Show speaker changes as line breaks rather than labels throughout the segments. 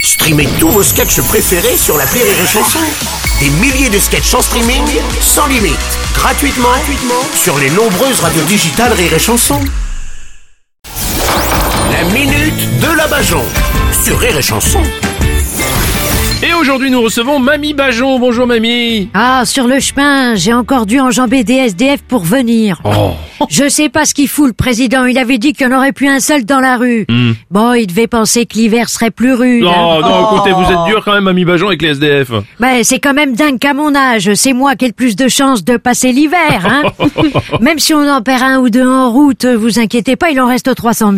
Streamez tous vos sketchs préférés sur la Rire et Chanson. Des milliers de sketchs en streaming, sans limite, gratuitement, gratuitement sur les nombreuses radios digitales Rire et Chanson. La minute de la Bajon sur Rire et Chanson.
Et aujourd'hui, nous recevons Mamie Bajon. Bonjour, Mamie.
Ah, sur le chemin, j'ai encore dû enjamber des SDF pour venir.
Oh.
Je sais pas ce qu'il fout, le président. Il avait dit qu'il n'y en aurait plus un seul dans la rue.
Hmm.
Bon, il devait penser que l'hiver serait plus rude. hein.
Non, non, écoutez, vous êtes dur quand même, Mamie Bajon, avec les SDF.
Ben, c'est quand même dingue qu'à mon âge, c'est moi qui ai le plus de chances de passer l'hiver, hein. même si on en perd un ou deux en route, vous inquiétez pas, il en reste 300 000.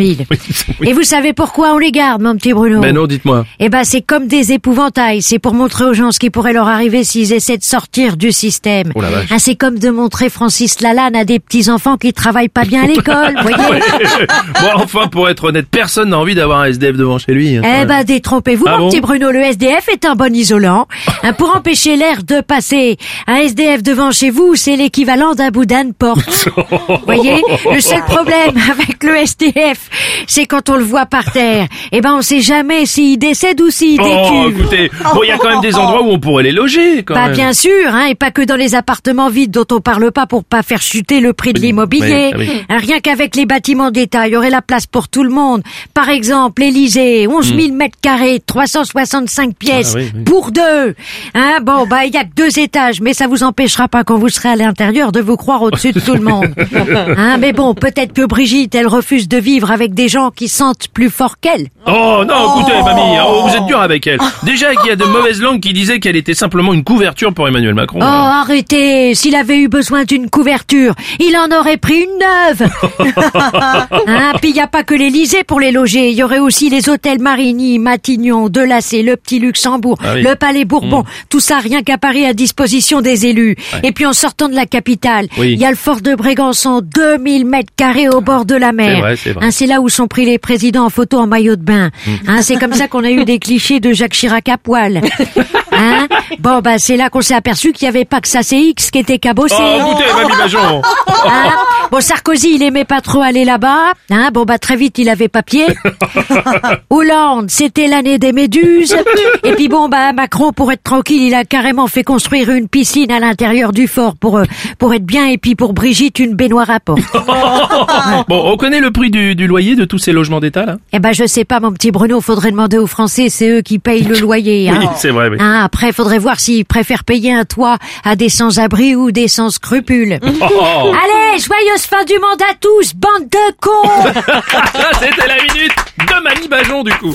Oui.
Et vous savez pourquoi on les garde, mon petit Bruno
Mais non, dites-moi.
Eh ben, c'est comme des épouvantails. C'est pour montrer aux gens ce qui pourrait leur arriver s'ils essaient de sortir du système.
Oh la vache.
Hein, c'est comme de montrer Francis Lalanne à des petits enfants qui travaillent pas bien à l'école, vous voyez.
bon, enfin, pour être honnête, personne n'a envie d'avoir un SDF devant chez lui. hein.
Eh ben, détrompez-vous,
Ah
mon
bon
petit Bruno. Le SDF est un bon isolant. Hein, pour empêcher l'air de passer, un SDF devant chez vous, c'est l'équivalent d'un boudin de porte. Vous voyez Le seul problème avec le SDF, c'est quand on le voit par terre. Eh ben, on sait jamais s'il décède ou s'il
Oh,
décuve.
écoutez, bon, il y a quand même des endroits où on pourrait les loger, quand
Bah
même.
bien sûr, hein, et pas que dans les appartements vides dont on parle pas pour pas faire chuter le prix de
Oui,
l'immobilier.
oui, ah oui.
Hein, rien qu'avec les bâtiments d'État, il y aurait la place pour tout le monde. Par exemple, l'Élysée, 11 000 mètres carrés, 365 pièces
Hmm. Ah, oui, oui.
pour deux. Hein, bon, bah il y a que deux étages, mais ça vous empêchera pas quand vous serez à l'intérieur de vous croire au-dessus de tout le monde. Hein, mais bon, peut-être que Brigitte, elle refuse de vivre avec des gens qui sentent plus fort qu'elle.
Oh, non, écoutez, Mamie, oh, vous êtes dur avec elle. Déjà qu'il y a de mauvaises langues qui disaient qu'elle était simplement une couverture pour Emmanuel Macron.
Oh,
alors.
arrêtez S'il avait eu besoin d'une couverture, il en aurait pris une neuve hein, Puis il n'y a pas que l'Elysée pour les loger, il y aurait aussi les hôtels Marigny, Matignon, Delacé, le Petit Luxembourg,
Ah oui. Hmm.
le Palais Bourbon, tout ça rien qu'à Paris à disposition des élus. Et puis en sortant de la capitale, il
Oui.
y a le fort de Brégançon, 2000 mètres carrés au bord de la mer.
vrai, c'est vrai.
Hein, c'est là où sont pris les présidents en photo en maillot de bain. Hein, c'est comme ça qu'on a eu des clichés de Jacques Chirac à poil. Hein bon, bah, c'est là qu'on s'est aperçu qu'il n'y avait pas que ça, c'est X qui était cabossé.
Oh, écoutez, Mamie Bajon.
Hein bon, Sarkozy, il aimait pas trop aller là-bas. Hein bon, bah, très vite, il avait papier. Hollande, c'était l'année des méduses. Et puis bon, bah, Macron, pour être tranquille, il a carrément fait construire une piscine à l'intérieur du fort pour, euh, pour être bien. Et puis pour Brigitte, une baignoire à porte.
Bon, on connaît le prix du, du loyer de tous ces logements d'État, là
Eh ben, je sais pas, mon petit Bruno, faudrait demander aux Français, c'est eux qui payent le loyer. Hein.
Oui, c'est vrai, oui.
Hein, après, faudrait voir s'ils préfèrent payer un toit à des sans-abri ou des sans-scrupules.
Oh.
Allez, joyeuse fin du monde à tous, bande de cons
C'était la minute de Mamie Bajon, du coup.